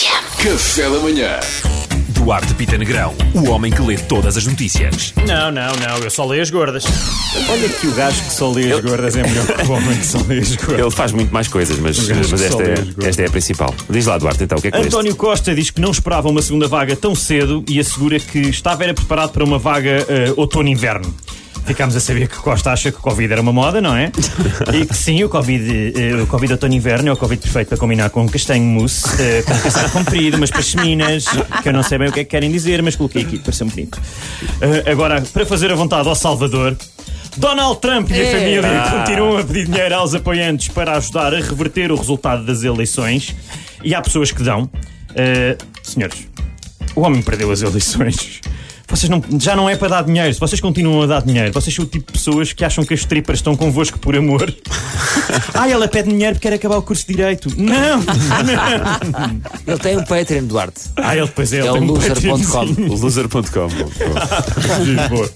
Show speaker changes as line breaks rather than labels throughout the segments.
Café da manhã.
Duarte Pita Negrão, o homem que lê todas as notícias.
Não, não, não, eu só leio as gordas.
Olha que o gajo que só lê as gordas é melhor que o homem que só lê as gordas.
Ele faz muito mais coisas, mas,
gajo
mas
que só
esta,
lê os
é,
gordos.
esta é a principal. Diz lá, Duarte, então, o que é que leste?
António Costa diz que não esperava uma segunda vaga tão cedo e assegura que estava era preparado para uma vaga eh, outono-inverno. Ficámos a saber que Costa acha que o Covid era uma moda, não é? E que sim, o Covid, eh, o COVID outono-inverno é o Covid perfeito para combinar com castanho mousse, eh, com caçado comprido, umas pacheminas, que eu não sei bem o que é que querem dizer, mas coloquei aqui, pareceu bonito. Eh, agora, para fazer a vontade ao Salvador, Donald Trump e a família continuam a pedir dinheiro aos apoiantes para ajudar a reverter o resultado das eleições. E há pessoas que dão. Eh, senhores, o homem perdeu as eleições. Vocês não, já não é para dar dinheiro. Se vocês continuam a dar dinheiro, vocês são o tipo de pessoas que acham que as tripas estão convosco por amor. ah, ela pede dinheiro porque quer acabar o curso de Direito. Não!
Ele tem um Patreon, Duarte.
Ah, ele depois é, ele
É o
tem um
loser.com.
Loser.com.
Boa.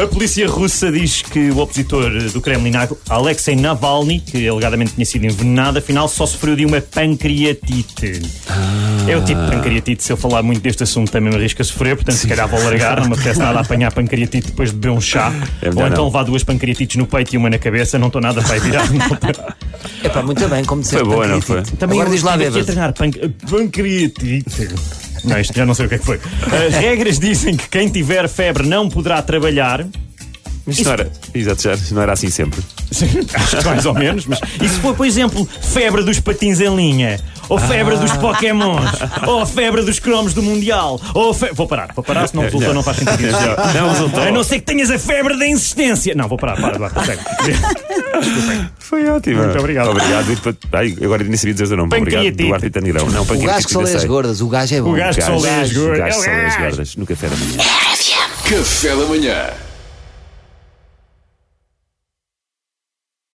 A polícia russa diz que o opositor do Kremlin, Alexei Navalny, que alegadamente tinha sido envenenado, afinal só sofreu de uma pancreatite. É o tipo de pancreatite, se eu falar muito deste assunto também me arrisco a sofrer, portanto se calhar vou largar, não me apetece nada apanhar pancreatite depois de beber um chá.
É melhor
Ou então
não.
levar duas pancreatites no peito e uma na cabeça, não estou nada para ir virar.
É pá, muito bem, como
Foi
disseste.
boa, não foi?
pancreatite. Agora
eu
diz lá,
estive aqui a
Bebas.
treinar pan pancreatite. Não, isto já não sei o que é que foi. As regras dizem que quem tiver febre não poderá trabalhar.
Mas não era, exato, já, não era assim sempre.
Acho que mais ou menos, mas. E se for, por exemplo, febre dos patins em linha, ou febre dos Pokémons, ou febre dos cromos do Mundial, ou fe... Vou parar, vou parar, senão o resultado não faz sentido.
Não tá. resultou.
A Ah, não ser que tenhas a febre da insistência. Não, vou parar, para, para, segue.
Foi ótimo.
Muito obrigado.
Obrigado. E depois- Ai, agora nem sabia dizer o teu nome. Obrigado,
Pancreatite.
Duarte Pita Negrão. Não,
O gajo que só lê as gordas, o gajo é bom.
gajo que só lê as gordas.
O gajo que só lê as
É o gajo.
gordas. No café da manhã.
Café da manhã.